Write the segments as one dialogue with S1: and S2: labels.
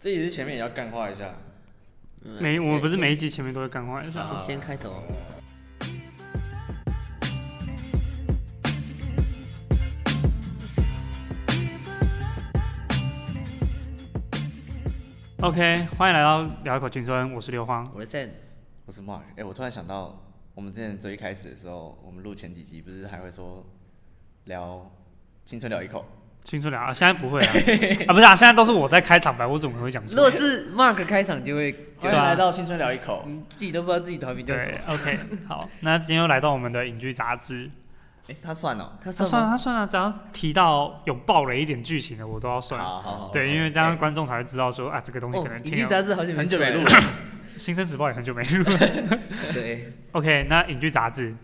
S1: 这也是前面也要干化一下。
S2: 每我们不是
S3: 先
S2: 每一集前面都会干话一下，
S1: 啊
S3: 先开头，
S2: OK，欢迎来到聊一口青春，我是刘荒。
S3: 我的 Sen
S1: 我是 Mark，哎、我突然想到，我们之前最一开始的时候，我们录前几集不是还会说聊青春聊一口？
S2: 青春聊啊，现在不会 啊，啊不是啊，现在都是我在开场白，我怎么会讲
S3: 如果是 Mark 开场就会，
S1: 欢
S2: 对啊
S1: 迎来到青春聊一口。
S3: 你自己都不知道自己团名叫什
S2: 对
S3: 么，
S2: ，OK，好，那今天又来到我们的影剧杂志，
S1: 哎、他算了、
S3: 他
S2: 他
S3: 算
S2: 算了，
S3: 吗？
S2: 他算了，只要提到有爆雷一点剧情的，我都要算。
S1: 好好好，
S2: 对，因为这样
S3: 哎
S2: 观众才会知道说啊，这个东西可
S3: 哦
S2: 能，
S3: 一
S2: 听
S3: 句
S2: 了。
S3: 杂志好久
S1: 很久
S3: 出来
S1: 没录
S3: 了，
S1: 了。
S2: 新生时报也很久没录了。
S3: 对，
S2: OK，那影剧杂志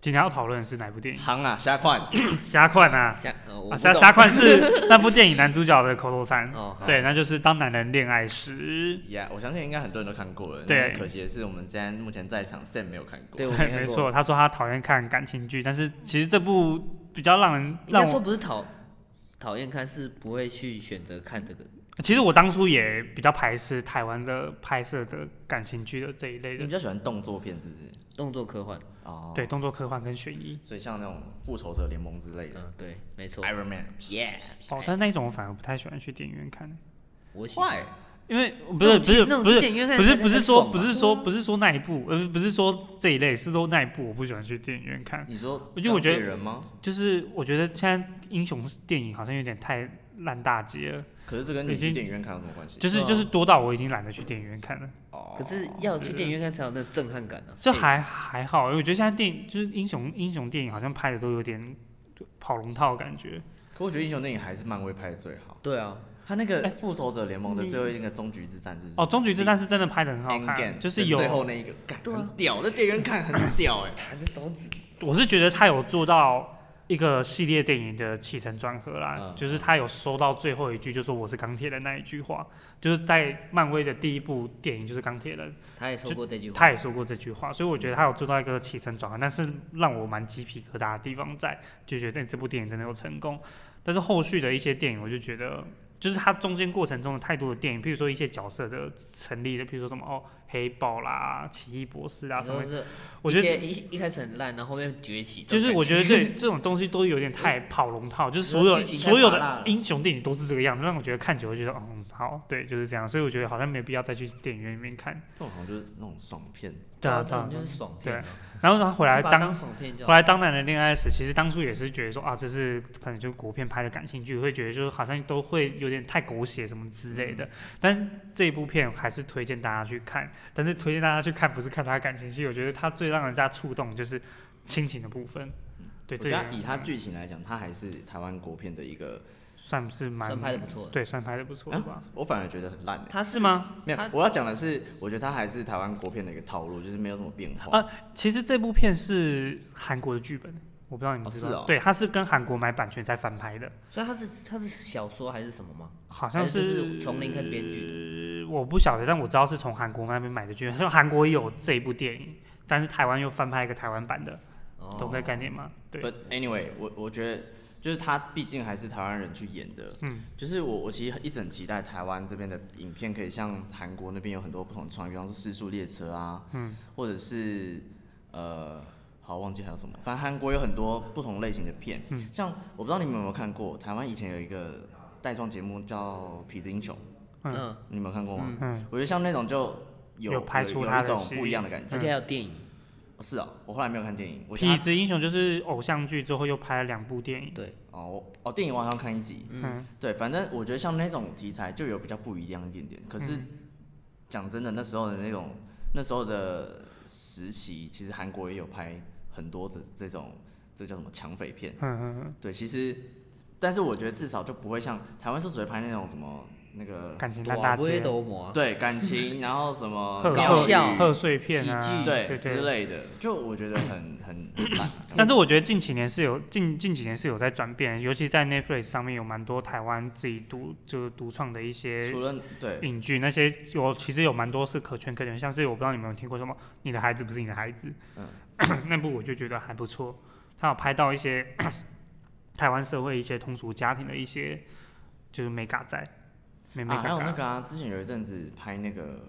S2: 今天要讨论的是哪部电影？
S1: 行啊，瞎看。
S2: 瞎款啊，
S3: 下呃我
S2: 啊
S3: 不
S2: 瞎
S3: 懂
S2: 瞎款是那部电影男主角的口头禅，
S3: 哦，好
S2: 对，那就是当男人恋爱时。
S1: 呀、我相信应该很多人都看过了。
S2: 对
S1: 那可惜的是，我们今天目前在场 Sam 没有看过。
S3: 对，我
S2: 对，
S3: 看
S2: 没
S3: 过，
S2: 错，他说他讨厌看感情剧，但是其实这部比较让人
S3: 应
S2: 让
S3: 该说
S2: 我，
S3: 不是讨讨厌看，是不会去选择看这个，
S2: 其实我当初也比较排斥台湾的拍摄的感情剧的这一
S1: 你
S2: 类的
S3: 嗯
S1: 比，较喜欢动作片是不是？
S3: 动作科幻，
S1: 哦，
S2: 对，，动作科幻跟悬疑。
S1: 所以像那种复仇者联盟之类的
S3: 嗯，对，没错
S1: ，Iron Man，
S3: ，Yeah，
S2: 哦，但那一种我反而不太喜欢去电影院看，
S3: 我喜欢
S1: 坏，
S2: 因为不是不是
S3: 那种
S2: 不
S3: 去
S2: 是
S3: 电影院看
S2: 不是
S3: 才
S2: 不是
S3: 很
S2: 说
S3: 爽
S2: 不
S3: 嘛
S2: 是说不是说那一部，呃，不是说这一类，是说那一部我不喜欢去电影院看。
S1: 你说
S2: 因为我觉得
S1: 钢铁人吗？
S2: 就是我觉得现在英雄电影好像有点太烂大街了，
S1: 可是这跟你去电影院看有什么关系？
S2: 就是
S3: 嗯
S2: 就是多到我已经懒得去电影院看了，
S1: 哦，
S3: 可是要去电影院看才有那个震撼感啊，
S2: 这
S3: 哎
S2: 还还好，因为我觉得现在电影就是英雄英雄电影好像拍的都有点跑龙套的感觉，
S1: 可我觉得英雄电影还是漫威拍的最好。
S3: 对啊，
S1: 他那个复仇者联盟的最后一个终局之战是不是？
S2: 哎哦，终局之战是真的拍的很好
S1: Endgame，
S2: 看，就是
S1: 最
S2: 有
S1: 后那一个，干
S3: 对啊
S1: 很屌，那电影院看很屌 哎。
S3: 弹着手指，
S2: 我是觉得他有做到一个系列电影的起承转合啦，
S1: 嗯
S2: 就是他有收到最后一句就说我是钢铁人那一句话，就是在漫威的第一部电影就是钢铁人，
S3: 他也说过这句话，
S2: 他也说过这句话，所以我觉得他有做到一个起承转合，但是让我蛮鸡皮疙瘩的地方在，就觉得欸这部电影真的有成功。但是后续的一些电影，我就觉得，就是它中间过程中的太多的电影，譬如说一些角色的成立的，譬如说什么哦黑豹啦、奇异博士啦
S3: 然
S2: 什么
S3: 后，是
S2: 我觉
S3: 一
S2: 得
S3: 些一一开始很烂，然后后面崛起，
S2: 就是我觉得
S3: 这种
S2: 这这种东西都有点太跑龙套，就是
S3: 你
S2: 所
S3: 说
S2: 有
S3: 剧情太
S2: 所有
S3: 拔辣
S2: 的
S3: 了
S2: 英雄电影都是这个样子，让我觉得看久了觉得嗯好，对，就是这样，所以我觉得好像没必要再去电影院里面看。
S1: 这种好像就是那种爽片，
S2: 对啊，
S3: 感觉这种。
S2: 对啊
S3: 就是爽
S2: 对
S3: 片啊，
S2: 然后他回来
S3: 就把它
S2: 当
S3: 当爽片就好
S2: 后来当男人恋爱时，其实当初也是觉得说啊，这是可能就国片拍的感情剧，会觉得就是好像都会有点太狗血什么之类
S3: 嗯
S2: 的。但是这一部片还是推荐大家去看，但是推荐大家去看不是看他感情戏，我觉得他最让人家触动就是亲情的部分。对，
S1: 我
S2: 这
S1: 觉
S2: 个
S1: 得以他剧情来讲，他还是台湾国片的一个，
S2: 算是蛮
S3: 算拍的不错的。啊
S2: 对，算拍的不错的吧？
S1: 我反而觉得很烂哎。
S3: 他
S2: 是？吗？
S1: 没有
S3: 他，
S1: 我要讲的是，我觉得他还是台湾国片的一个套路，就是没有什么变化。
S2: 啊其实这部片是韩国的剧本，我不知道你们
S1: 哦
S2: 知道，
S1: 是哦
S2: 对，他是跟韩国买版权才翻拍的。
S3: 所以他是他是小说还是什么吗？
S2: 好像
S3: 还是
S2: 是
S3: 就是从零开始编剧
S2: 我不晓得，但我知道是从韩国那边买的剧， 像韩国也有这一部电影，但是台湾又翻拍一个台湾版的，
S1: 哦
S3: 的？
S2: 懂这个概念吗？对，
S1: But anyway，我我觉得就是他毕竟还是台湾人去演的，
S2: 嗯，
S1: 就是我我其实一直很期待台湾这边的影片可以像韩国那边有很多不同的创意，比方说《失速列车》啊，嗯，或者是呃，好忘记还有什么，反正韩国有很多不同类型的片，嗯，像我不知道你们有没有看过，台湾以前有一个带状节目叫《痞子英雄》，
S2: 嗯
S3: 嗯，
S1: 你们有看过吗？
S2: 嗯，
S1: 我觉得像那种就有
S2: 有拍出
S1: 有
S2: 他
S1: 一
S2: 的
S1: 种
S2: 戏嗯
S1: 不一样的感觉。
S3: 而且还有电影，
S1: 是哦，我后来没有看电影，我觉得
S2: 痞子英雄就是偶像剧之后又拍了两部电影，
S3: 对，
S1: 哦我哦，电影我好像看一集，
S2: 嗯，
S1: 对，反正我觉得像那种题材就有比较不一样一点点。可
S2: 嗯
S1: 是讲真的，那时候的那种那时候的时期，其实韩国也有拍很多的这种这叫什么抢匪片，
S2: 嗯嗯
S1: 对，其实但是我觉得至少就不会像台湾就只会拍那种什么那个
S2: 嗯，感情
S3: 我
S2: 烂大
S3: 不会
S2: 街，
S3: 都磨啊，
S1: 对感情，然后什么
S2: 贺
S1: 搞
S3: 笑
S1: 笑
S2: 贺贺岁片
S3: 喜
S2: 啊，
S3: 剧
S1: 对
S2: 对
S1: 之类的，就我觉得很很 很烂。
S2: 但是我觉得近几年是有近近几年是有在转变，尤其在 Netflix 上面有蛮多台湾自己独就是独创的一些
S1: 除了对，
S2: 影剧那些有其实有蛮多是可圈可点，像是我不知道你们有没有听过什么《你的孩子不是你的孩子》，
S1: 嗯
S2: 那部我就觉得还不错，他有拍到一些 台湾社会一些通俗家庭的一些就是美嘎在，妹妹
S1: 啊，还
S2: 嘎
S1: 有那
S2: 嘎。
S1: 个啊，之前有一阵子拍那个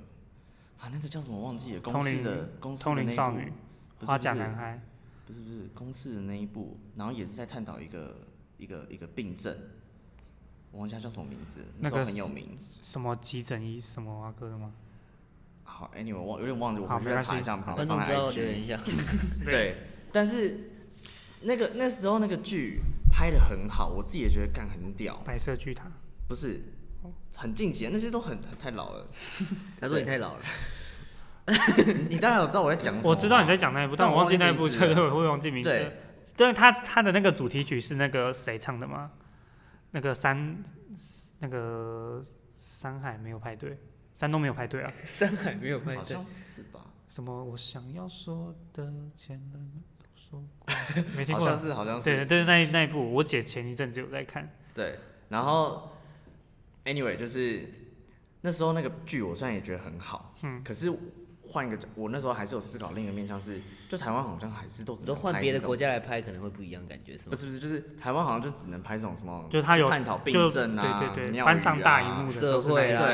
S1: 啊，那个叫什么忘记了，公
S2: 通
S1: 司
S2: 灵
S1: 的公司的
S2: 通
S1: 那
S2: 灵
S1: 一
S2: 少
S1: 部
S2: 女、
S1: 不是
S2: 花
S1: 不
S2: 甲
S1: 是
S2: 男孩，
S1: 不是不是公式的那一部，然后也是在探讨一个一个一个病症，我忘记它叫什么名字，那
S2: 那
S1: 时候
S2: 个
S1: 很
S2: 是
S1: 有名。
S2: 什么急诊医什么啊哥的吗？
S1: 好，anyway，我忘有点忘记，我
S2: 好
S1: 回去
S2: 没
S1: 再
S2: 关
S1: 查一
S2: 系
S1: 下，我们可
S3: 观
S1: 能放
S3: 众
S1: 在
S3: 知道
S1: IG
S3: 留言一下。
S1: 对，但是那个那时候那个剧拍的很好，我自己也觉得干很屌，
S2: 白色巨塔，
S1: 不是很近期，那些都很很太老了。
S3: 他说你太老了，
S1: 你当然有知道我在讲什么，
S2: 我知道你在，讲那一部，
S1: 但
S2: 但我
S1: 我
S2: 忘
S1: 忘
S2: 记
S1: 记
S2: 那一
S1: 名
S2: 部，
S1: 字
S2: 这
S1: 了
S2: 个我会忘记名字
S1: 对。
S2: 但是他他的那个主题曲是那个谁唱的吗？那个山，那个山海没有派对，山东没有派对啊。
S3: 山海没有派
S1: 好
S3: 对
S1: 像，是吧？
S2: 什么我想要说的前人都说过， 没听
S1: 好
S2: 过
S1: 像
S2: 啊。
S1: 是，好像是，
S2: 对对，那一那一部，我姐前一阵子有在看。
S1: 对，然后 anyway 就是那时候那个剧，我虽然也觉得很好，嗯，可是换一个角，我那时候还是有思考另一个面向是，就台湾好像还是都只
S3: 都
S1: 能
S3: 换
S1: 拍
S3: 别
S1: 这
S3: 的
S1: 种
S3: 国，家来拍可能会不一样，感觉是
S1: 不
S3: 吗？
S1: 是不是，就是台湾好像就只能拍这种什么，
S2: 就是它有
S1: 去探讨
S2: 就
S1: 病症啊，
S2: 对对对，
S1: 庙
S2: 搬
S1: 宇
S2: 上
S1: 啊
S2: 大荧幕的
S3: 社
S2: 都是那
S3: 会
S2: 一
S3: 啊
S2: 些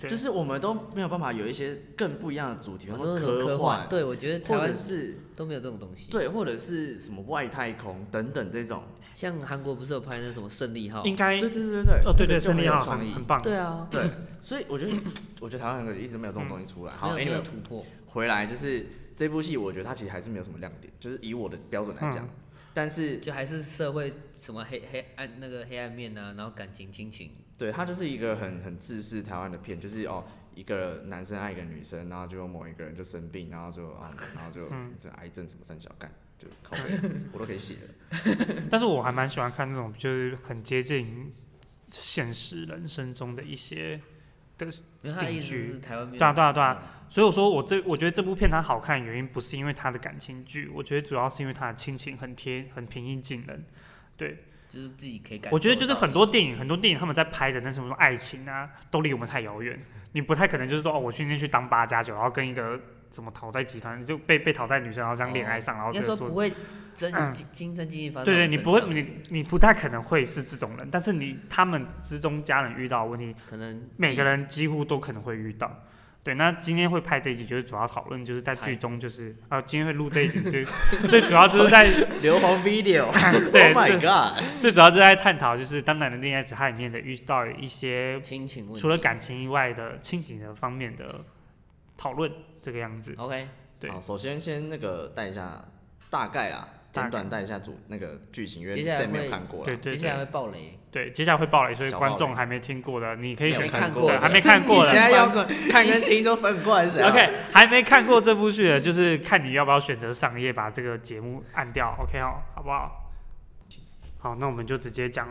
S2: 对
S1: 就是我们都没有办法有一些更不一样的主题，比
S3: 我
S1: 方
S3: 说
S1: 说
S3: 什么
S1: 科
S3: 科
S1: 幻，
S3: 对我觉得台
S1: 或
S3: 湾
S1: 者是
S3: 都没有这种东西。，
S1: 对，或者是什么外太空等等这种，
S3: 像韩国不是有拍那什么胜利号？
S2: 应该
S1: 对对对对对，
S2: 哦对
S1: 那个
S2: 对，
S1: 就
S2: 胜
S1: 很
S2: 利
S1: 有
S2: 号
S1: 创
S2: 很
S1: 意，
S2: 很棒。
S3: 对啊，
S1: 对，所以我觉得， 我觉得台湾很一直没有这种
S2: 嗯
S1: 东西出来。好
S3: 没有没有
S1: ，Anyway，
S3: 突破，
S1: 回来就是这部戏，我觉得它其实还是没有什么亮点，就是以我的标准来
S2: 嗯
S1: 讲。但是，
S3: 就还是社会什么黑黑暗那个黑暗面啊，然后感情亲情，
S1: 对它就是一个很很自视台湾的片，就是哦，一个男生爱一个女生，然后就某一个人就生病，然后就啊，然后就
S2: 嗯
S1: 就癌症什么三小干，就靠背我都可以写了。
S2: 但是我还蛮喜欢看那种就是很接近现实人生中的一些，
S3: 因为他的意
S2: 定
S3: 思
S2: 居
S3: 是台湾没有
S2: 对啊对啊对啊。所以我说我这我觉得这部片它好看，原因不是因为它的感情剧，我觉得主要是因为它的亲情很贴很平易近人。对，
S3: 嗯就是自己可以感受到。
S2: 我觉得就是很多电影，很多电影他们在拍的那什么什么爱情啊，都离我们太遥远。你不太可能就是说哦，我今天去当八加九，然后跟一个什么讨债集团就被被讨债女生，然后这样恋爱上，然后
S3: 应该
S2: 就
S3: 哦说
S2: 做嗯
S3: 不会真亲亲身经历发生
S2: 对
S3: 在我
S2: 对，
S3: 们身上。
S2: 你不会，你你不太可能会是这种人，但是你他们之中家人遇到的问题，
S3: 可能
S2: 每个人几乎都可能会遇到。对，那今天会拍这一集，就是主要讨论就是在
S3: 拍
S2: 剧中，就是啊，今天会录这一集，就是最主要就是在
S1: 硫磺 video，
S2: 对
S1: o h Oh my
S2: 这
S1: god，
S2: 最主要就是在探讨，就是当男人恋爱时，它里面的遇到一些
S3: 亲情问题
S2: 除了感情以外的亲情的方面的讨论，这个样子。
S3: OK，
S2: 对
S1: 好，首先先那个带一下大概啦，
S2: 大
S1: 简短带一下主那个剧情，因为
S3: 接下来
S1: Sam 没
S3: 会
S1: 有看过啦。
S2: 对对
S3: 接下
S2: 对
S3: 来会爆雷，
S2: 对，接下来会爆雷，所以
S1: 小
S2: 观
S1: 爆
S2: 众
S1: 雷
S2: 还没听过的，你可以
S1: 没有
S2: 选
S1: 看
S2: 看
S1: 过
S2: 对
S1: 的
S2: 还没看过
S1: 你
S2: 的，
S1: 现在要看跟听都分不过来是怎样
S2: OK，还没看过这部剧的，就是看你要不要选择上页把这个节目按掉，OK 哦，好不好？好，那我们就直接讲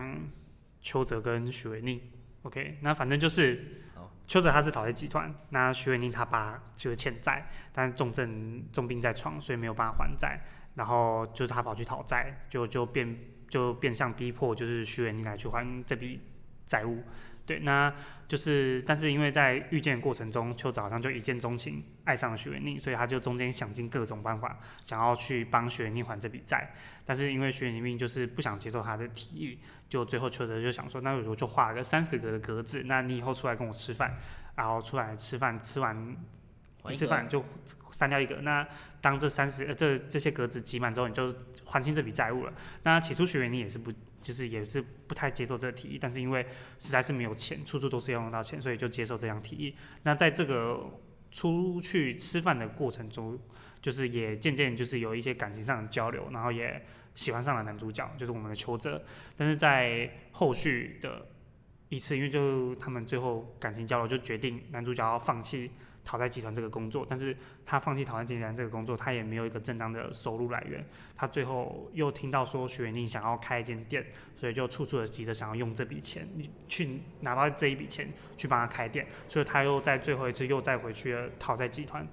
S2: 邱泽跟许维宁，OK，那反正就是
S3: 好。
S2: 邱泽他是讨债集团，那许维宁他爸就是欠债，但是重症重病在床，所以没有办法还债。然后就是他跑去讨债，就就变就变相逼迫，就是徐元应来去还这笔债务。对，那就是，但是因为在遇见的过程中，秋子好像就一见钟情，爱上了许元宁，所以他就中间想尽各种办法，想要去帮许元宁还这笔债。但是因为许元宁就是不想接受他的提议，就最后邱泽就想说，那我就画个三十格的格子，那你以后出来跟我吃饭，然后出来吃饭，吃完
S3: 还
S2: 一
S3: 一
S2: 次
S3: 个
S2: 饭就删掉一个。那当这三十、呃、这这些格子挤满之后，你就还清这笔债务了。那起初学员你也是不，就是也是不太接受这个提议，但是因为实在是没有钱，处处都是要用到钱，所以就接受这样提议。那在这个出去吃饭的过程中，就是也渐渐就是有一些感情上的交流，然后也喜欢上了男主角，就是我们的邱泽。但是在后续的一次，因为就他们最后感情交流，就决定男主角要放弃讨债集团这个工作，但是他放弃讨债集团这个工作，他也没有一个正当的收入来源。他最后又听到说许元宁想要开一间店，所以就处处的急着想要用这笔钱去拿到这一笔钱去帮他开店，所以他又在最后一次又再回去了讨债集团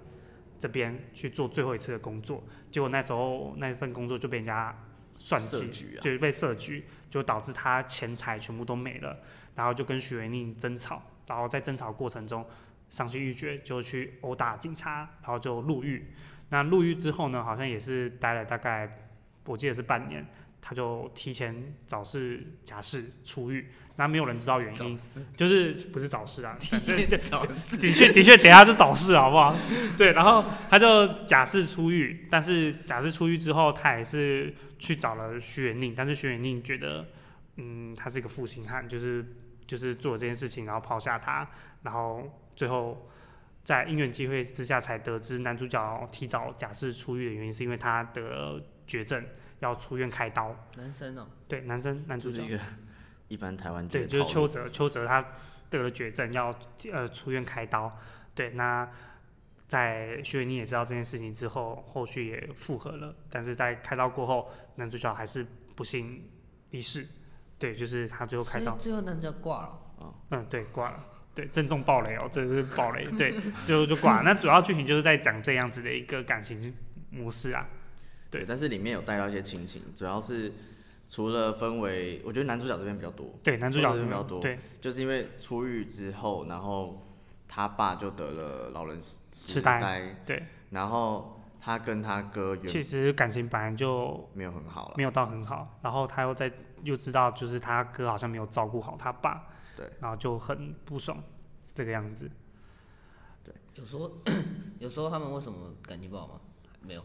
S2: 这边去做最后一次的工作，结果那时候那份工作就被人家算
S1: 设
S2: 计，
S1: 局啊，
S2: 就是被设局，就导致他钱财全部都没了，然后就跟许元令争吵，然后在争吵过程中伤心欲绝，就去殴打警察，然后就入狱。那入狱之后呢，好像也是待了大概，我记得是半年，他就提前早逝假释出狱，那没有人知道原因，就是不是早逝啊，反正
S3: 早死
S2: 的确的确，等一下就早逝了好不 好？对，然后他就假释出狱，但是假释出狱之后，他也是去找了徐元令，但是徐元令觉得，嗯，他是一个负心汉，就是就是做了这件事情，然后抛下他，然后最后在因缘机会之下才得知男主角提早假释出狱的原因，是因为他得绝症要出院开刀。
S3: 男生哦，
S2: 对，男生男主
S1: 就是
S2: 角
S1: 一个一般台湾剧
S2: 对，
S1: 的
S2: 就是
S1: 套
S2: 邱
S1: 路
S2: 泽，邱泽他得了绝症，要呃出院开刀。对，那在徐元宁也知道这件事情之后，后续也复合了，但是在开刀过后，男主角还是不幸离世。对，就是他最后开
S3: 所
S2: 刀
S3: 以，最后男主角挂了，
S2: 嗯，对，挂了。对，正中暴雷哦，这是暴雷。对，就就挂了。那主要剧情就是在讲这样子的一个感情模式啊。对
S1: 对，但是里面有带到一些亲情，主要是除了氛围，我觉得男主角这边比较多，
S2: 对，男主角
S1: 做的哦比较多
S2: 对，
S1: 就是因为出狱之后，然后他爸就得了老人痴
S2: 痴呆
S1: 呆，
S2: 对，
S1: 然后他跟他哥
S2: 其
S1: 原
S2: 实感情本来就
S1: 没有很好了，
S2: 没有到很好，然后他又在又知道就是他哥好像没有照顾好他爸，
S1: 对，
S2: 然后就很不爽这个样子。
S3: 有时候有时候他们为什么感情不好吗？没有，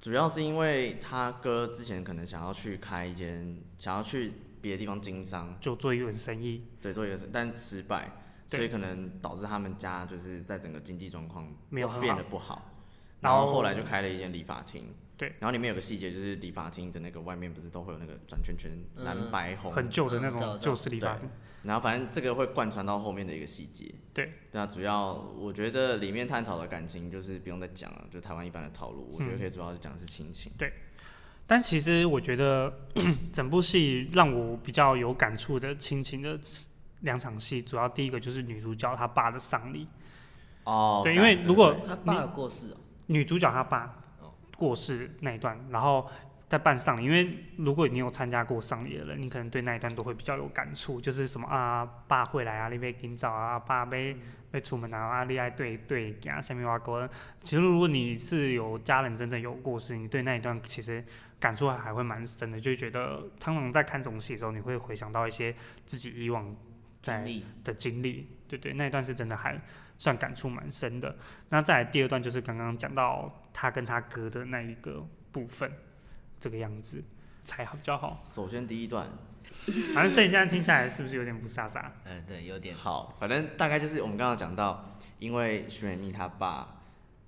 S1: 主要是因为他哥之前可能想要去开一间，想要去别的地方经商，
S2: 就做一轮生意，
S1: 对，做一个生但失败，
S2: 对
S1: 所以可能导致他们家就是在整个经济状况
S2: 没有很好
S1: 变得不好，
S2: 然
S1: 然
S2: 后
S1: 后后来就开了一间理发厅。
S2: 对，
S1: 然后里面有个细节，就是理发厅的那个外面不是都会有那个转圈圈，
S3: 嗯
S1: 蓝白红，
S2: 很旧的那
S3: 嗯知道
S2: 种
S3: 知道
S2: 旧式理发店，
S1: 然后反正这个会贯穿到后面的一个细节。
S2: 对，
S1: 那主要我觉得里面探讨的感情就是不用再讲了，就台湾一般的套路，我觉
S2: 嗯
S1: 得可以主要就讲的是亲情。
S2: 但其实我觉得 整部戏让我比较有感触的亲情的两场戏，主要第一个就是女主角她爸的丧礼，
S1: 哦，
S2: 对，因
S1: 那
S2: 为
S1: 这个
S2: 如果
S3: 他
S2: 你
S3: 爸有过世哦，
S2: 女主角她爸过世那一段，然后在办丧礼，因为如果你有参加过丧礼的人，你可能对那一段都会比较有感触，就是什么啊，爸会来啊，你被今早啊，爸被被出门啊，啊，你爱对对啊行，下面挖沟。其实如果你是有家人真的有过世，你对那一段其实感触还会蛮深的，就会觉得常常在看这种戏的时候，你会回想到一些自己以往在
S3: 经历
S2: 的经历，对对，那一段是真的还算感触蛮深的。那再来第二段就是刚刚讲到他跟他哥的那一个部分，这个样子才好比较好。
S1: 首先第一段，
S2: 反正剩下听下来是不是有点不飒飒？
S3: 嗯，对，有点
S1: 好，反正大概就是我们刚刚讲到，因为徐远妮他爸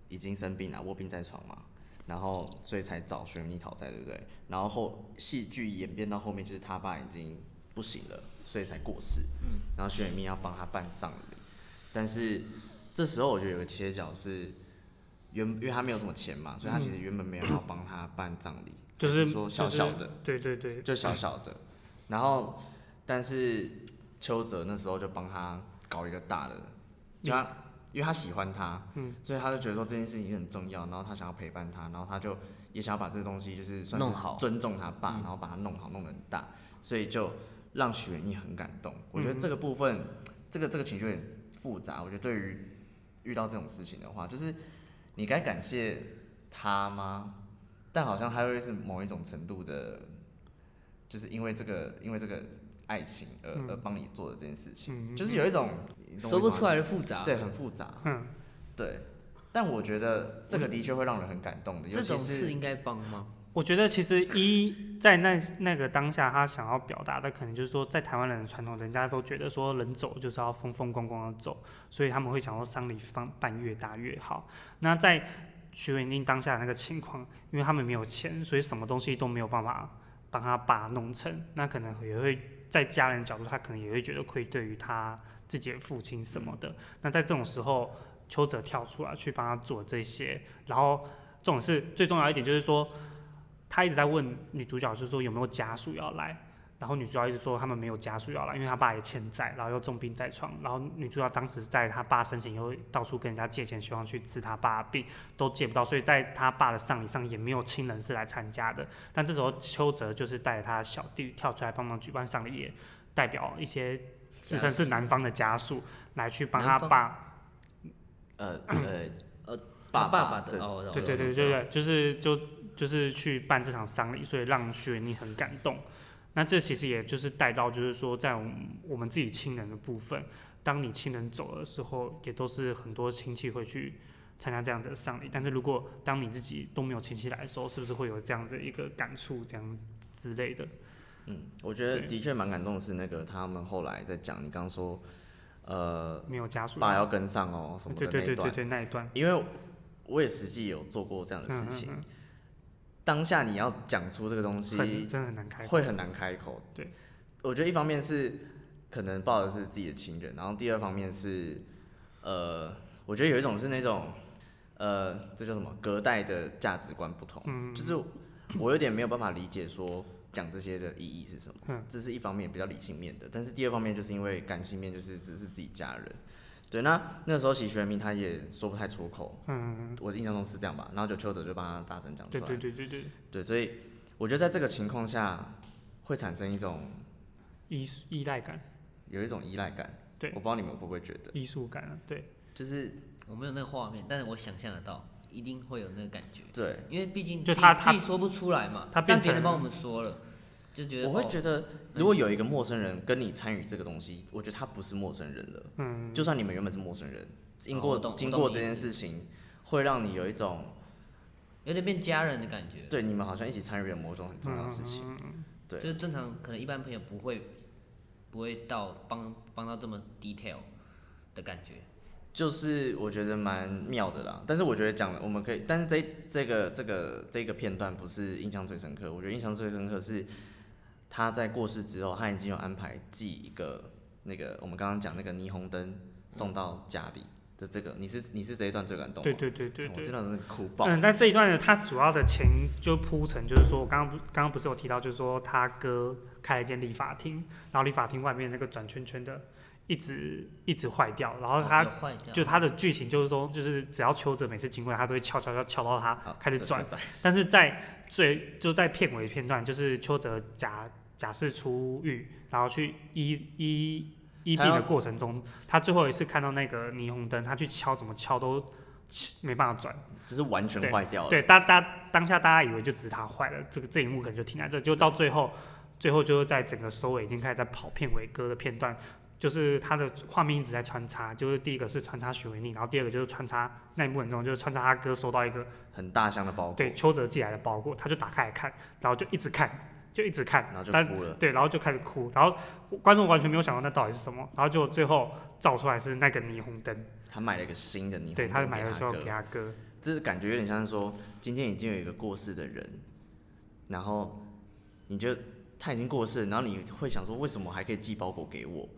S1: 已经生病了，卧病在床嘛，然后所以才找徐远妮讨债，对不对？然后后戏剧演变到后面，就是他爸已经不行了，所以才过世。嗯，然后徐远妮要帮他办葬礼，但是这时候我觉得有个切角是。原因为他没有什么钱嘛，所以他其实原本没有要帮他办葬礼，
S2: 就是
S1: 说小小的，
S2: 对对对，
S1: 就小小的。然后，但是邱泽那时候就帮他搞一个大的，就他因为他喜欢他，嗯，所以他就觉得说这件事情很重要，然后他想要陪伴他，然后他就也想要把这东西就是算是
S3: 弄好
S1: 尊重他爸，然后把它弄好，弄得很大，所以就让许愿意很感动。我觉得这个部分，这个这个情绪有点复杂。我觉得对于遇到这种事情的话，就是你该感谢他吗？但好像他会是某一种程度的，就是因为这个，因为这个爱情而、
S2: 嗯
S1: 而帮你做的这件事情，就是有一种你懂我
S3: 说
S1: 意思
S3: 不
S1: 吗
S3: 出来的复杂。
S1: 对，很复杂。
S2: 嗯，
S1: 对。但我觉得这个的确会让人很感动的，尤
S3: 这
S1: 其
S3: 种
S1: 是
S3: 事应该帮吗？
S2: 我觉得其实一在那那个当下，他想要表达的可能就是说，在台湾人的传统，人家都觉得说人走就是要风风光光的走，所以他们会想说丧礼方办越大越好。那在徐元英当下的那个情况，因为他们没有钱，所以什么东西都没有办法帮他爸弄成，那可能也会在家人角度，他可能也会觉得愧对于他自己的父亲什么的。那在这种时候，邱泽跳出来去帮他做这些，然后这种事最重要一点就是说，他一直在问女主角，就是说有没有家属要来。然后女主角一直说他们没有家属要来，因为他爸也欠债，然后又重病在床。然后女主角当时在他爸生前又到处跟人家借钱，希望去治他爸的病，都借不到，所以在他爸的丧礼上也没有亲人是来参加的。但这时候邱泽就是带着他的小弟跳出来帮忙举办丧礼，也代表一些自称是男方的家属来去帮他
S3: 男方
S2: 爸
S1: 呃呃
S3: 呃
S1: 爸
S3: 爸
S1: 爸
S3: 的
S1: 对
S3: 哦，我懂
S2: 对
S3: 我
S2: 对
S3: 懂
S2: 对对对，就是就就是去办这场丧礼，所以让学妮很感动。那这其实也就是带到，就是说在我们我们自己亲人的部分，当你亲人走的时候，也都是很多亲戚会去参加这样的丧礼。但是如果当你自己都没有亲戚来的时候，是不是会有这样的一个感触，这样子之类的？
S1: 嗯，我觉得
S2: 对
S1: 的确蛮感动的是那个他们后来在讲你刚刚说，呃，
S2: 没有家属，
S1: 爸要跟上哦什么的
S2: 对
S1: 那
S2: 对
S1: 一
S2: 对对
S1: 段，
S2: 对，那一段，
S1: 因为我也实际有做过这样的事情。
S2: 嗯嗯
S1: 当下你要讲出这个东
S2: 嗯很
S1: 西，
S2: 真的很难开口，
S1: 会很难开口。
S2: 对，
S1: 我觉得一方面是可能抱的是自己的亲人，然后第二方面是，呃，我觉得有一种是那种，呃，这叫什么隔代的价值观不同，
S2: 嗯，
S1: 就是我有点没有办法理解说讲这些的意义是什么。
S2: 嗯
S1: 这是一方面比较理性面的，但是第二方面就是因为感性面就是只是自己家人。对，那那时候其实学明他也说不太出口，
S2: 嗯，
S1: 我的印象中是这样吧，然后就邱哲就帮他大声讲出
S2: 对
S1: 来，
S2: 对对对对，
S1: 对，所以我觉得在这个情况下会产生一种
S2: 依依赖感、
S1: 有一种依赖感。
S2: 对
S1: 我不知道你们会不会觉得，
S2: 依属感啊，对，
S1: 就是
S3: 我没有那个画面，但是我想象得到，一定会有那个感觉，
S1: 对，
S3: 因为毕竟
S2: 就
S3: 自己
S2: 他
S3: 自
S2: 他
S3: 己说不出来嘛，
S2: 他
S3: 但
S2: 变
S3: 别人
S2: 成
S3: 帮我们说了，就觉得
S1: 我会
S3: 哦
S1: 觉得如果有一个陌生人跟你参与这个东西，我觉得他不是陌生人了。
S2: 嗯，
S1: 就算你们原本是陌生人，经过、
S3: 哦我懂我
S1: 经
S3: 懂
S1: 过
S3: 你
S1: 这
S3: 意
S1: 件
S3: 思
S1: 事情，会让你有一种
S3: 哦有点变家人的感觉，
S1: 对你们好像一起参与了某种很重要的事情。对
S3: 就是正常可能一般朋友不会不会到帮帮到这么 detail 的感觉，
S1: 就是我觉得蛮妙的啦，但是我觉得讲了我们可以，但是这这个这个这个片段不是印象最深刻，我觉得印象最深刻是他在过世之后，他已经有安排寄一个那个我们刚刚讲那个霓虹灯送到家里的这个，你是你是这一段最感动吗？
S2: 对对对对
S1: 我
S2: 对
S1: 这。段真的哭爆。
S2: 嗯，但这一段呢，它主要的前就铺陈就是说，我刚刚不刚刚不是有提到，就是说他哥开了一间理发厅，然后理发厅外面那个转圈圈的一直一直坏掉，然后
S1: 哦
S2: 他
S3: 哦有坏掉，
S2: 就他的剧情就是说，就是只要邱泽每次经过他，都会敲敲敲敲到他
S1: 好，
S2: 开始
S1: 这
S2: 转，
S1: 这这
S2: 但是在最就在片尾片段，就是邱泽假假释出狱，然后去医医医病
S1: 他
S2: 的
S1: 要
S2: 过程中，他最后一次看到那个霓虹灯，他去敲怎么敲都没办法转。
S1: 就是完全坏掉了。
S2: 对，大大当下大家以为就只是他坏了，这个这一幕可能就停在这，就到最后，最后就是在整个收尾已经开始在跑片尾歌的片段，就是他的画面一直在穿插，就是第一个是穿插许维宁，然后第二个就是穿插那一幕很重要，就是穿插他哥收到一个
S1: 很大箱的包裹，
S2: 对邱泽寄来的包裹，他就打开来看，然后就一直看，就一直看，
S1: 然后就
S2: 但
S1: 哭了。
S2: 对，然后就开始哭，然后观众完全没有想到那到底是什么，然后就最后照出来是那个霓虹灯，
S1: 他买了一个新的霓虹灯
S2: 对，他买
S1: 给
S2: 的时候
S1: 哥
S2: 给他哥，
S1: 这感觉有点像是说，今天已经有一个过世的人，然后你就他已经过世了，然后你会想说，为什么还可以寄包裹给我？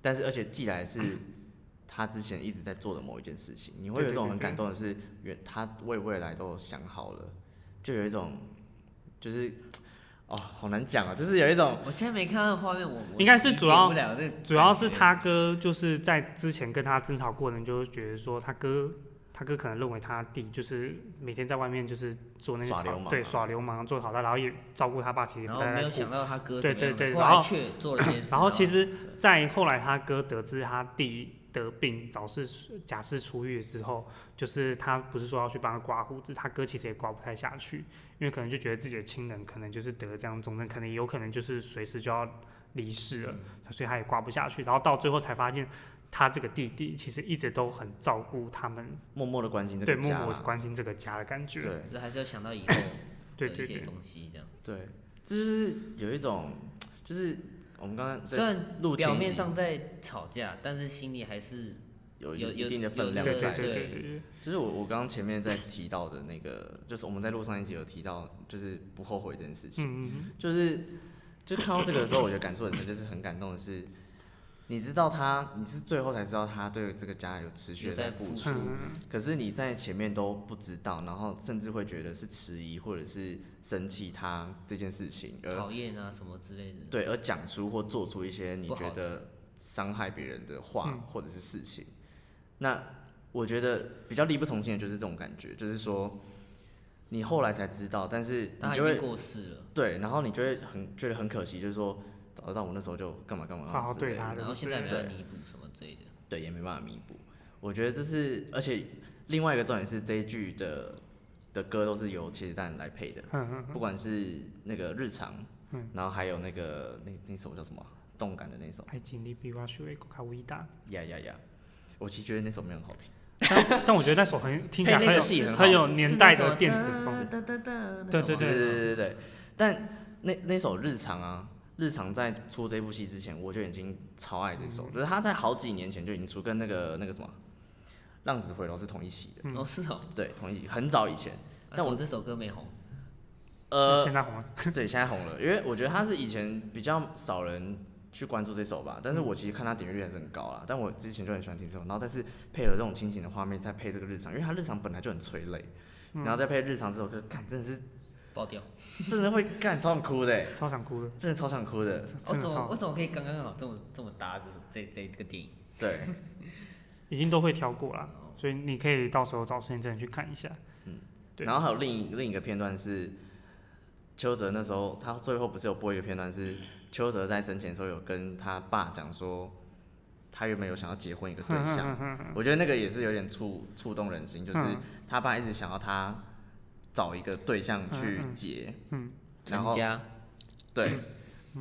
S1: 但是而且寄来是 他之前一直在做的某一件事情，你会有一种很感动的是，原他为未来都想好了，就有一种就是哦，好难讲啊，就是有一种
S3: 我现在没看到画面，我我
S2: 应该是
S3: 理解
S2: 主要
S3: 不了那个
S2: 主要是
S3: 感觉
S2: 他哥就是在之前跟他争吵过程，就是觉得说他哥，他哥可能认为他弟就是每天在外面就是做那些
S1: 耍
S2: 讨
S1: 流氓
S2: 对
S1: 啊
S2: 耍流氓做讨债，然后也照顾他爸，其实也
S3: 然
S2: 不
S3: 后
S2: 太
S3: 没
S2: 在
S3: 有
S2: 顾
S3: 想。到他哥
S2: 对
S3: 怎么样
S2: 对对
S3: 后
S2: 然
S3: 来
S2: 后
S3: 却做了这
S1: 啊
S3: 件事，
S2: 然后其实，在后来他哥得知他弟得病早是假释出狱之后，就是他不是说要去帮他刮胡子，他哥其实也刮不太下去，因为可能就觉得自己的亲人可能就是得了这样重症，可能也有可能就是随时就要离世了，
S1: 嗯
S2: 所以他也刮不下去。然后到最后才发现，他这个弟弟其实一直都很照顾他们，
S1: 默默的关心这
S2: 对
S1: 个
S2: 默
S1: 家
S2: 默地
S1: 啦，
S2: 关心这个家的感觉。
S1: 对
S3: 就是还是要想到以后的
S2: 对对
S3: 一些
S2: 对，
S3: 东西这样。
S1: 对，就是有一种就是我们刚刚
S3: 虽
S1: 在
S3: 然
S1: 录前
S3: 表
S1: 一
S3: 面
S1: 集
S3: 上在吵架，但是心里还是
S1: 有
S3: 有有
S1: 一定的
S3: 有
S1: 分
S2: 对
S1: 量
S3: 那
S1: 在
S2: 对
S1: 里
S3: 个
S2: 对
S1: 面。
S2: 对
S3: 对
S2: 对对，
S1: 就是我我刚刚前面在提到的那个，就是我们在路上一集有提到，就是不后悔这件事情，
S2: 嗯嗯
S1: 就是就看到这个的时候，我觉得感触很深，就是很感动的是，你知道他，你是最后才知道他对这个家有持续的
S3: 有在
S1: 在付
S3: 付
S1: 出
S2: 嗯，嗯，
S1: 可是你在前面都不知道，然后甚至会觉得是迟疑或者是生气他这件事情，而
S3: 讨厌啊什么之类的。
S1: 对，而讲出或做出一些你
S3: 不好
S1: 觉得伤害别人的话
S2: 嗯
S1: 或者是事情，那我觉得比较力不从心的就是这种感觉，就是说你后来才知道，但是
S3: 但
S1: 你
S3: 他已
S1: 就
S3: 经
S1: 会
S3: 过世了，
S1: 对，然后你就会很觉得很可惜，就是说早知道我那时候就干嘛干嘛干嘛
S2: 好好
S1: 之
S2: 对
S1: 类的
S2: 他的
S3: 然后现在没
S1: 对
S3: 有弥补什么之类的。
S1: 对，也没办法弥补。我觉得这是，而且另外一个重点是这一句的的歌都是由茄子蛋来配的，
S2: 嗯嗯，
S1: 不管是那个日常
S2: 嗯，
S1: 然后还有那个那那首叫什么啊动感的那首，
S2: 爱情里比我学会更卡伟大，
S1: 呀呀呀，我其实觉得那首没有很好听。
S2: 但但我觉得那首很听起来
S1: 配
S2: 很
S1: 那个
S2: 有
S1: 戏很好
S2: 很有年代的电子风，
S3: 风
S2: 对对
S1: 对对对对。但那那首《日常》啊，《日常》在出这部戏之前，我就已经超爱这首，
S2: 嗯
S1: 就是他在好几年前就已经出，跟那个那个什么《浪子回头》是同一期的，
S3: 哦是哦，
S1: 对，同一期，很早以前。但
S3: 但
S1: 我
S3: 我这首歌没红，
S1: 呃，
S2: 现在红了，
S1: 对，现在红了，因为我觉得他是以前比较少人去关注这首吧，
S2: 嗯
S1: 但是我其实看他点阅率还是很高啦。但我之前就很喜欢听这首，然后但是配合这种清醒的画面，再配这个日常，因为他日常本来就很催泪，
S2: 嗯
S1: 然后再配日常这首歌，看真的是
S3: 爆掉。
S1: 真的会干超想哭的欸，
S2: 超想哭的，
S1: 真的超想哭的。
S3: 为
S2: 真
S3: 哦什哦
S2: 的
S3: 么
S2: 超
S3: 为，什么可以刚刚好这么这么搭这这这个电影？
S1: 对，
S2: 已经都会挑过了，所以你可以到时候找时间真的去看一下。对
S1: 然后还有另一另一个片段是邱泽那时候，他最后不是有播一个片段是邱泽在生前的时候有跟他爸讲说，他原本有想要结婚一个对象，我觉得那个也是有点触触动人心，就是
S2: 嗯
S1: 他爸一直想要他找一个对象去结，
S2: 嗯
S1: 然
S3: 成
S1: 后
S3: 家
S1: 对，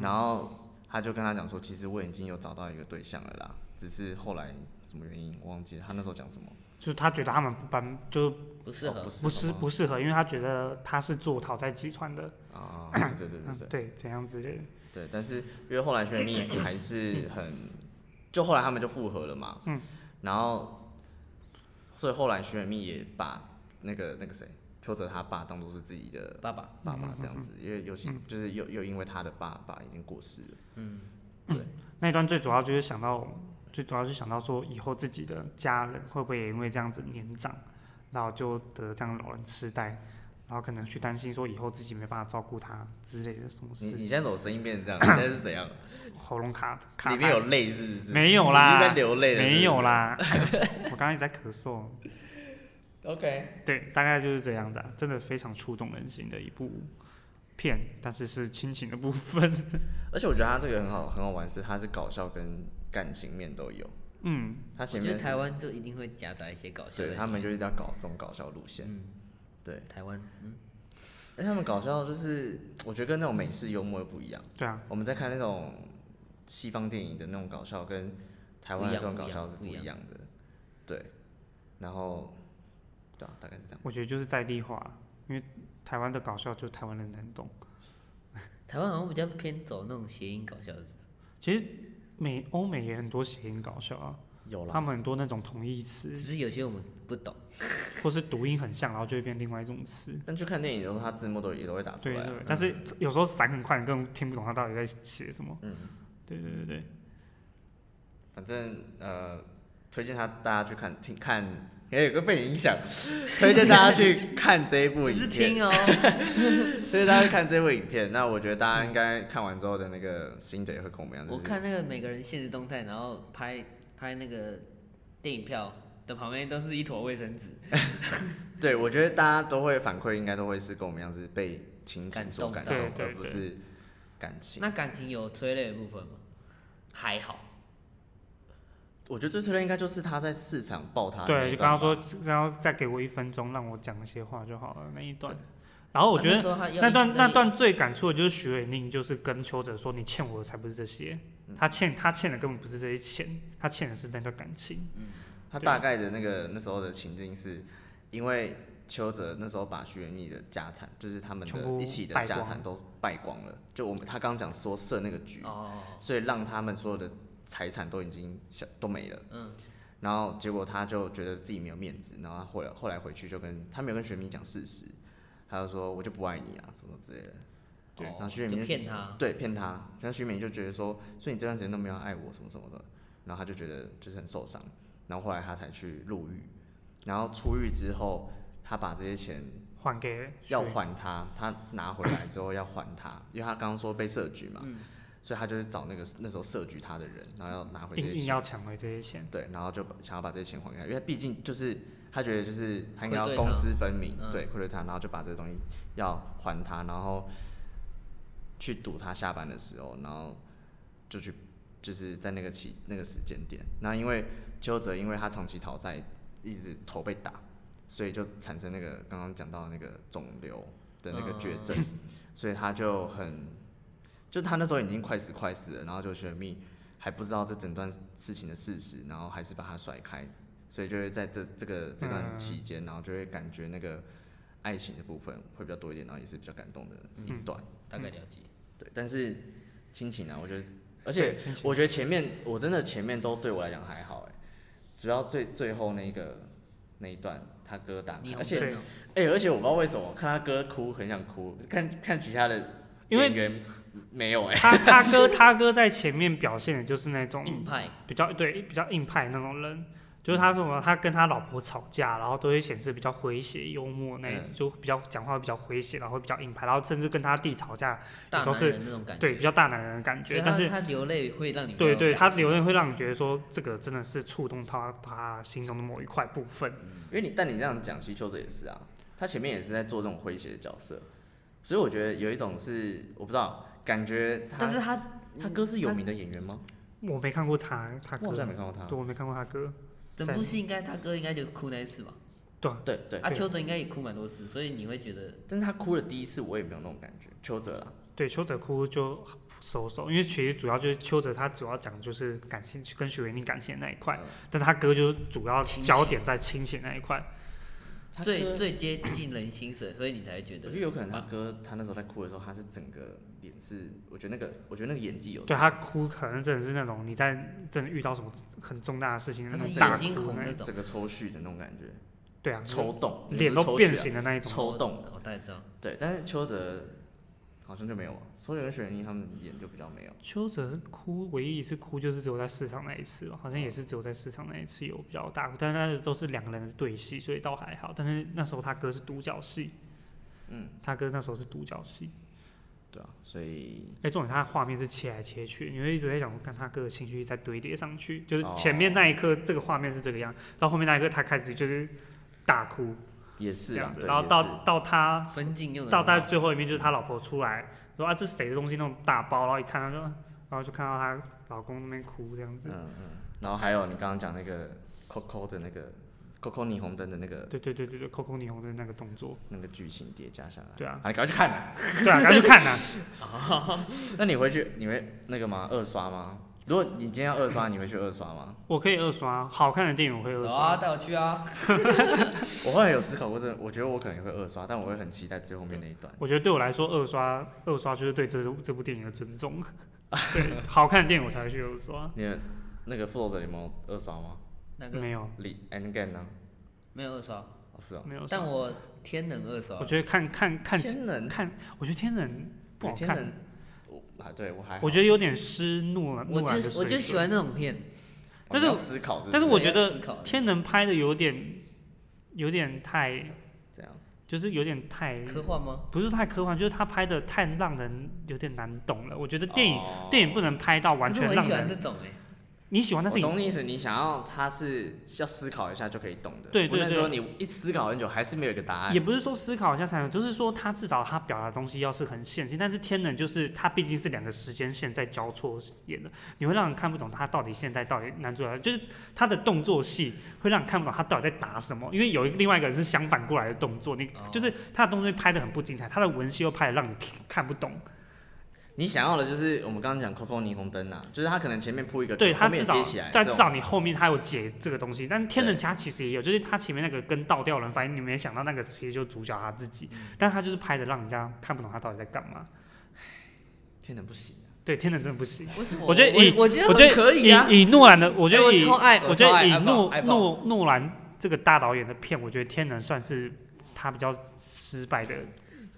S1: 然后他就跟他讲说，其实我已经有找到一个对象了啦，只是后来什么原因我忘记了他那时候讲什么，
S2: 就是他觉得他们不般就
S3: 不适
S1: 哦
S3: 合
S1: 不，是
S2: 不适
S1: 吗
S2: 不适合，因为他觉得他是做讨债集团的，
S1: 啊，对对对对
S2: 嗯
S1: 对。
S2: 对，怎样之类的，
S1: 对，但是因为后来玄丽还是很，就后来他们就复合了嘛，嗯，然后，所以后来玄丽也把那个那个谁邱泽他爸当做是自己的
S3: 爸爸
S1: 爸爸这样
S2: 嗯
S1: 子，因为尤其就是又又因为他的爸爸已经过世了，
S2: 那一段最主要就是想到，最主要是想到说以后自己的家人会不会也因为这样子年长，然后就得这样老人痴呆，然后可能去担心说以后自己没办法照顾他之类的什么
S1: 你
S2: 事，
S1: 你现在怎么声音变成 这样？你现在是怎样？
S2: 喉咙卡卡
S1: 里面有泪是不是？
S2: 没有
S1: 你是
S2: 啦
S1: 在？流泪了
S2: 没有。啦， 我刚刚一直在咳嗽。
S1: OK，
S2: 对，大概就是这样子、啊，真的非常触动人心的一部片，但是是亲情的部分。
S1: 而且我觉得他这个很好很好玩，是他是搞笑跟感情面都有，
S2: 嗯，
S1: 他前
S3: 我觉
S1: 面
S3: 得
S1: 是
S3: 台湾就一定会夹杂一些搞笑的。嗯
S1: 对他们就是要搞这种搞笑路线。
S3: 台湾，嗯，
S1: 而且他们搞笑就是，我觉得跟那种美式幽默又不一样。
S2: 对啊，
S1: 我们在看那种西方电影的那种搞笑，跟台湾的这种搞笑是不一样的。对，然后，对啊，大概是这样。
S2: 我觉得就是在地化，因为台湾的搞笑就台湾人能懂。
S3: 台湾好像比较偏走那种谐音搞笑的，
S2: 其实美欧美也很多谐音搞笑啊，
S1: 有
S2: 他，们很多那种同义
S3: 只
S2: 词
S3: 是有些我们不懂。
S2: 或是读音很像，然后就会变另外一种词。
S1: 但去看电影的时候，他字幕都也都会打出
S2: 对
S1: 来、啊
S2: 对，。但是有时候闪很快，你根本听不懂他到底在写什么。
S1: 嗯，
S2: 对对对对，
S1: 反正呃，推荐他大家去看听看，也有个被你影响，推荐大家去看这一部
S3: 不
S1: 影
S3: 是
S1: 片。
S3: 听哦，哦
S1: 推荐大家去看这部影片。那我觉得大家应该看完之后的那个心得也会跟我们一样。就
S3: 我
S1: 是
S3: 看那个每个人现实动态，然后拍拍那个电影票的旁边都是一坨卫生纸，
S1: 对，我觉得大家都会反馈，应该都会是跟我们一样是被情景所感
S3: 感
S1: 动
S2: 动，对
S1: 而
S2: 对
S1: 不是感情。
S3: 那感情有催泪的部分吗？还好，
S1: 我觉得最催泪应该就是他在市场爆他的那
S2: 对，
S1: 一段吧。
S2: 就刚刚说，然后再给我一分钟，让我讲一些话就好了那一段。然哦后我觉得
S3: 那时候他要
S2: 那段
S3: 一
S2: 那段最感触的就是徐伟宁，就是跟邱泽说：“你欠我的才不是这些，他欠他欠的根本不是这些钱，他欠的是那段感情。
S1: 他
S2: 啊
S1: 大概的那个那时候的情境是，因为邱泽那时候把徐元义的家产，就是他们
S2: 全
S1: 的
S2: 部
S1: 一起的
S2: 败
S1: 家
S2: 光
S1: 产都败光了，就我们他刚刚讲说设那个局，
S3: 哦，
S1: 所以让他们所有的财产都已经消都没了。
S3: 嗯，
S1: 然后结果他就觉得自己没有面子，然后他后来后来回去就跟他没有跟学明讲事实，他就说我就不爱你啊什么之类的，
S2: 对
S3: 哦
S1: 然后徐远
S3: 就
S1: 明
S3: 骗他，
S1: 对，骗他。然后徐明就觉得说，所以你这段时间都没有爱我什么什么的，然后他就觉得就是很受伤，然后后来他才去入狱，然后出狱之后，他把这些钱
S2: 还给徐
S1: 要
S2: 伟
S1: 还他，他拿回来之后要还他，因为他刚刚说被设局嘛，所以他就是找那个那时候设局他的人，然后要拿回这
S2: 硬
S1: 些
S2: 硬
S1: 钱，
S2: 要抢回这 些钱。
S1: 对，然后就把想要把这些钱还给他，因为毕竟就是他觉得就是他应该要
S3: 愧对他
S1: 公私分明，
S3: 嗯
S1: 对，愧对他，然后就把这个东西要还他，然后去赌他下班的时候，然后就去就是在那个期那个时间点，那因为邱泽因为他长期讨债，一直头被打，所以就产生那个刚刚讲到的那个肿瘤的那个绝
S3: 嗯
S1: 症，所以他就很，就他那时候已经快死快死了，然后就学蜜还不知道这整段事情的事实，然后还是把他甩开，所以就会在这这个这段
S2: 嗯
S1: 期间，然后就会感觉那个爱情的部分会比较多一点，然后也是比较感动的一段，
S3: 大概了解。
S1: 对，但是亲情啊，我觉得，而
S2: 而
S1: 且我觉得前面我真的前面都对我来讲还好哎、主要最最后那个那一段他哥打开，
S3: 你红
S1: 嗯而且
S3: 灯哦
S1: 哎、而且我不知道为什么看他哥哭很想哭，看看其他的
S2: 因为
S1: 演员没有哎、
S2: 他他哥他哥在前面表现的就是那种
S3: 硬派，
S2: 比较对比较硬派那种人，就是他什么他跟他老婆吵架，然后都会显示比较诙谐幽默那一种，就比较讲话比较诙谐，然后比较硬派，然后甚至跟他弟吵架，
S3: 大
S2: 都
S3: 男
S2: 是
S3: 人那种感
S2: 对比
S3: 觉。
S2: 较大男人的感
S3: 所以
S2: 觉，
S3: 他
S2: 但是。
S3: 他流泪会让你
S2: 对
S3: 没有
S2: 对，
S3: 感
S2: 他
S3: 觉
S2: 有人会让你觉得说，这个真的是触动他他心中的某一块部分。
S1: 因为你但你这样讲，其实邱泽也是啊，他前面也是在做这种诙谐的角色，所以我觉得有一种是我不知道，感觉他
S3: 但是他嗯
S1: 他哥是有名的演员吗？
S2: 我没看过他他
S1: 我
S2: 哥
S1: 好，像没看过他。
S2: 对，我没看过他哥。
S3: 整部戏应该他哥应该就哭那一次吧，
S1: 对对，
S3: 啊，
S2: 对
S3: 邱泽应该也哭蛮多次，所以你会觉得
S1: 但是他哭的第一次我也没有那种感觉，邱泽啦，
S2: 对，邱泽哭就收手，因为其实主要就是邱泽他主要讲就是感情跟许维宁感情的那一块，但他哥就主要
S3: 亲
S2: 焦
S3: 情
S2: 点在亲情那一块。
S1: 他
S3: 最
S1: 哥
S3: 最接近人心的，所以你才会觉
S1: 我
S3: 得
S1: 觉得有可能他哥他那时候在哭的时候，他是整个脸是，我觉得那个我觉得那个演技有
S2: 对他哭可能真的是那种你在真的遇到什么很重大的事情，
S3: 他
S2: 那
S3: 是
S2: 种大
S3: 眼睛
S2: 哭
S3: 红
S2: 那
S3: 那
S2: 一
S3: 种，
S1: 整个抽蓄的那种感觉，
S2: 对啊，
S1: 抽动
S2: 脸都变，形的那一
S1: 也不是
S2: 种。
S1: 抽蓄啊
S3: 哦
S1: 抽动。
S3: 我大概知道。
S1: 对，但是邱泽好像就没有啊，邱泽跟许愿意他们演就比较没有。
S2: 邱泽哭唯一一次哭就是只有在市场那一次吧，好像也是只有在市场那一次有比较大哭，但是那都是两个人的对戏，所以倒还好。但是那时候他哥是独角戏，
S1: 嗯，
S2: 他哥那时候是独角戏。
S1: 对啊，所以
S2: 哎、重点他的画面是切来切去，你会一直在想，看他哥的情绪在堆叠上去，就是
S1: 哦
S2: 前面那一刻这个画面是这个样，到后面那一刻他开始就是大哭
S1: 也
S2: 这
S1: 是啊
S2: 样，子，
S1: 对
S2: 然后到到他
S3: 分镜用的
S2: 到
S3: 很好
S2: 他最后一面就是他老婆出来说啊这是谁的东西那种大包，然后一看他就，然后就看到她老公那边哭这样
S1: 也是
S2: 子，
S1: 嗯嗯，然后还有你刚刚讲那个 Coco 的那个 Coco 霓虹灯的那个
S2: 对对对对对，扣扣霓虹的那个动作，
S1: 那个剧情叠加下来，
S2: 对啊，
S1: 好，你赶快去看啊。
S2: 对啊，赶 紧去看呐、
S1: 那你回去你会那个吗？二刷吗？如果你今天要二刷，你会去二刷吗？
S2: 我可以二刷，好看的电影我会二
S3: 走
S2: 刷，
S3: 啊，带我去啊！
S1: 我后来有思考过这个，我觉得我可能也会二刷，但我会很期待最后面那一段。
S2: 我觉得对我来说二刷二刷就是对这这部电影的尊重， 对，好看的电影我才会去二刷。
S1: 你的那个《复仇者联盟》二刷吗？
S3: 那个
S2: 没有，
S1: 李 Endgame 呢？
S3: 没有二刷，
S1: 哦，是哦，
S2: 没有。
S3: 但我天能二刷
S2: 我，觉得看看看
S1: 天能
S2: 看，我觉得天人不好
S1: 天
S2: 看
S1: 能，，我啊，对我还好
S2: 我觉得有点失诺兰
S3: 我
S2: 诺兰的
S3: 就我就
S2: 水
S3: 喜
S2: 准。
S3: 欢那种片，
S1: 我
S2: 但是
S1: 要
S2: 我
S1: 思考不
S2: 但是我觉
S3: 要思考
S2: 得
S3: 的
S2: 天能拍的有点有点太，
S1: 这样，
S2: 就是有点太，
S3: 科幻吗？
S2: 不是太科幻，就是他拍的太让人有点难懂了。我觉得电影
S1: 哦
S2: 电影不能拍到完
S3: 可是
S2: 全
S3: 我很
S2: 让
S3: 喜欢这
S2: 人
S3: 种哎，
S2: 你喜欢，但
S1: 我
S2: 是你
S1: 懂你意思，你想要它是要思考一下就可以懂的，
S2: 对对
S1: 不能
S2: 对
S1: 说你一思考很久还是没有一个答案
S2: 也。不是说思考一下才能，就是说他至少他表达的东西要是很线性，但是天能就是他毕竟是两个时间线在交错演的，你会让人看不懂他到底现在到底男主角就是他的动作戏会让你看不懂他到底在打什么，因为有一另外一个人是相反过来的动作，你
S3: 哦
S2: 就是他的动作拍的很不精彩，他的文戏又拍的让你听看不懂，
S1: 你想要的就是我们刚刚讲 Coco 霓虹灯啊，就是它可能前面铺一个梗，
S2: 对他
S1: 后面
S2: 至
S1: 也接
S2: 少
S1: 起来，
S2: 但
S1: 这
S2: 至
S1: 种
S2: 少你后面他有解这个东西，但天能
S1: 对
S2: 侠其实也有，就是他前面那个跟倒吊人，反正你没想到那个其实就是主角他自己，
S3: 嗯
S2: 但他就是拍的让人家看不懂他到底在干嘛，
S1: 天能不行啊，
S2: 对天能真的不行。
S3: 为什么？
S2: 我觉得以
S3: 我觉得
S2: 我觉得
S3: 很可以啊，
S2: 以以诺兰的，我觉
S3: 哎
S2: 得
S3: 我
S2: 以、
S3: 超爱，
S2: 我
S3: 超
S2: 觉得
S3: 爱
S2: 以
S3: iPhone，
S2: 诺
S3: iPhone
S2: 诺诺兰这个大导演的片，我觉得《天能》算是他比较失败的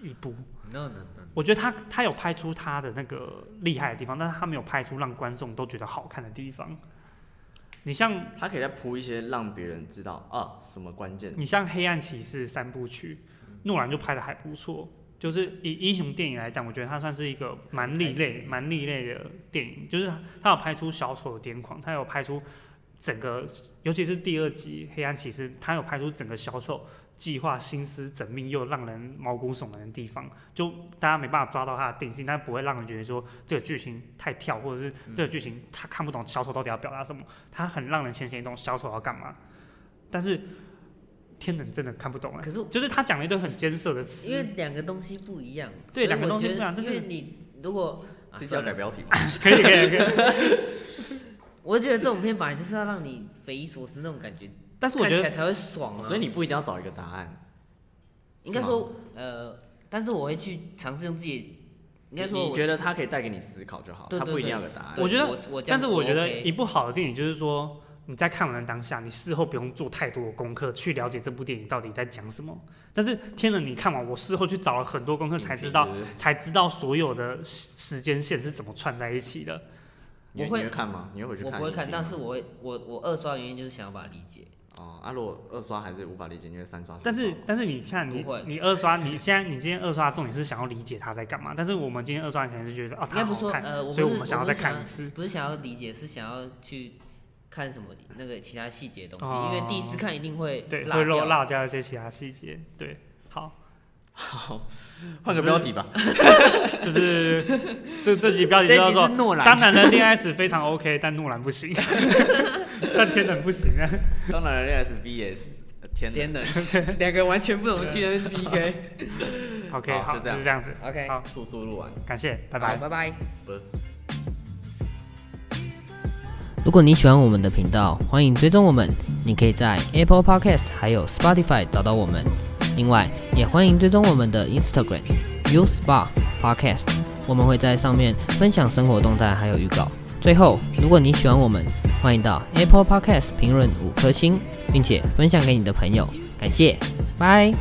S2: 一部。
S3: ，no no no，
S2: 我觉得他他有拍出他的那个厉害的地方，但是他没有拍出让观众都觉得好看的地方。你像
S1: 它可以再铺一些让别人知道啊什么关键，
S2: 你像《黑暗骑士》三部曲，诺兰就拍的还不错。就是以英雄电影来讲，我觉得它算是一个蛮另类、蛮另类的电影。就是它有拍出小丑的癫狂，它有拍出整个，尤其是第二集《黑暗骑士》，它有拍出整个小丑计划心思缜密又让人毛骨悚然的地方。就大家没办法抓到它的定性，但不会让人觉得说这个剧情太跳，或者是
S3: 嗯
S2: 这个剧情他看不懂小丑到底要表达什么。它很让人浅显易懂小丑要干嘛。但是天冷真的看不懂哎、
S3: 可是
S2: 就是他讲了一堆很艰涩的词，
S3: 因为两个东西不一样，所
S2: 对
S3: 以
S2: 两个
S3: 我
S2: 东西
S3: 觉
S2: 不一
S3: 得
S2: 样但是
S3: 因为你如果啊
S1: 这叫
S3: 算
S1: 改
S3: 了
S1: 标题吗？
S2: 可以可以可以。
S3: 我觉得这种片本来就是要让你匪夷所思那种感觉，
S2: 但是我觉
S3: 看起来
S2: 得
S3: 才会爽啊。
S1: 所以你不一定要找一个答案，
S3: 应该
S1: 是吗
S3: 说呃，但是我会去尝试用自己，应该说
S1: 你
S3: 我
S1: 你觉得它可以带给你思考就好，
S3: 对
S1: 它
S3: 对
S1: 不一定
S3: 对
S1: 要有答案。
S3: 对
S2: 我觉得
S3: 我我这样哦
S2: 但是我觉得
S3: OK
S2: 一部好的电影就是说，你在看完的当下，你事后不用做太多的功课去了解这部电影到底在讲什么。但是《天冷》你看完，我事后去找了很多功课才知道，
S1: 影评就是
S2: 才知道所有的时时间线是怎么串在一起的。
S1: 你
S3: 我会
S1: 你会看吗？你会回去
S3: 我
S1: 看？
S3: 不会看，但是我会我我二刷的原因就是想要把它理解。
S1: 哦，啊，如果二刷还是无法理解，因为三刷四
S2: 但是
S1: 刷嘛
S2: 但是你看你
S3: 啊不会
S2: 你二刷，你现在你今天二刷的重点是想要理解他在干嘛，但是我们今天二刷你可能是觉得啊
S3: 应该
S2: 他
S3: 不是
S2: 好
S3: 说
S2: 看，
S3: 呃，我不
S2: 所
S3: 是
S2: 以我们想要再看一
S3: 不是
S2: 次
S3: 想。不是想要理解，是想要去看什么那个其他细节的东西，
S2: 哦
S3: 因为第一次看一定会
S2: 对，
S3: 落
S2: 会漏
S3: 呃掉
S2: 落掉一些其他细节。对，好。
S1: 换个标题吧。
S2: 就是这这集标
S3: 这
S2: 题
S3: 一集
S2: 叫做
S3: 是诺
S2: “
S3: 兰，
S2: 当然的恋爱史非常 OK，但 诺兰不行，但天冷不行啊
S1: 当然，L S V S，天
S3: 天冷，两个完全不同的巨 人 PK。”。
S2: OK，
S1: 好就
S2: 好，就
S1: 这样
S2: 是这样子。
S3: OK，
S2: 好
S1: 速速录完，
S2: 感谢，拜
S3: 好
S2: 拜。
S3: 拜拜。
S1: 不是。
S3: 如果你喜欢我们的频道，欢迎追踪我们。你可以在 Apple Podcast 还有 Spotify 找到我们。另外，也欢迎追踪我们的 Instagram U Spa Podcast，我们会在上面分享生活动态还有预告。最后，如果你喜欢我们，欢迎到 Apple Podcast 评论五颗星，并且分享给你的朋友。感谢，拜。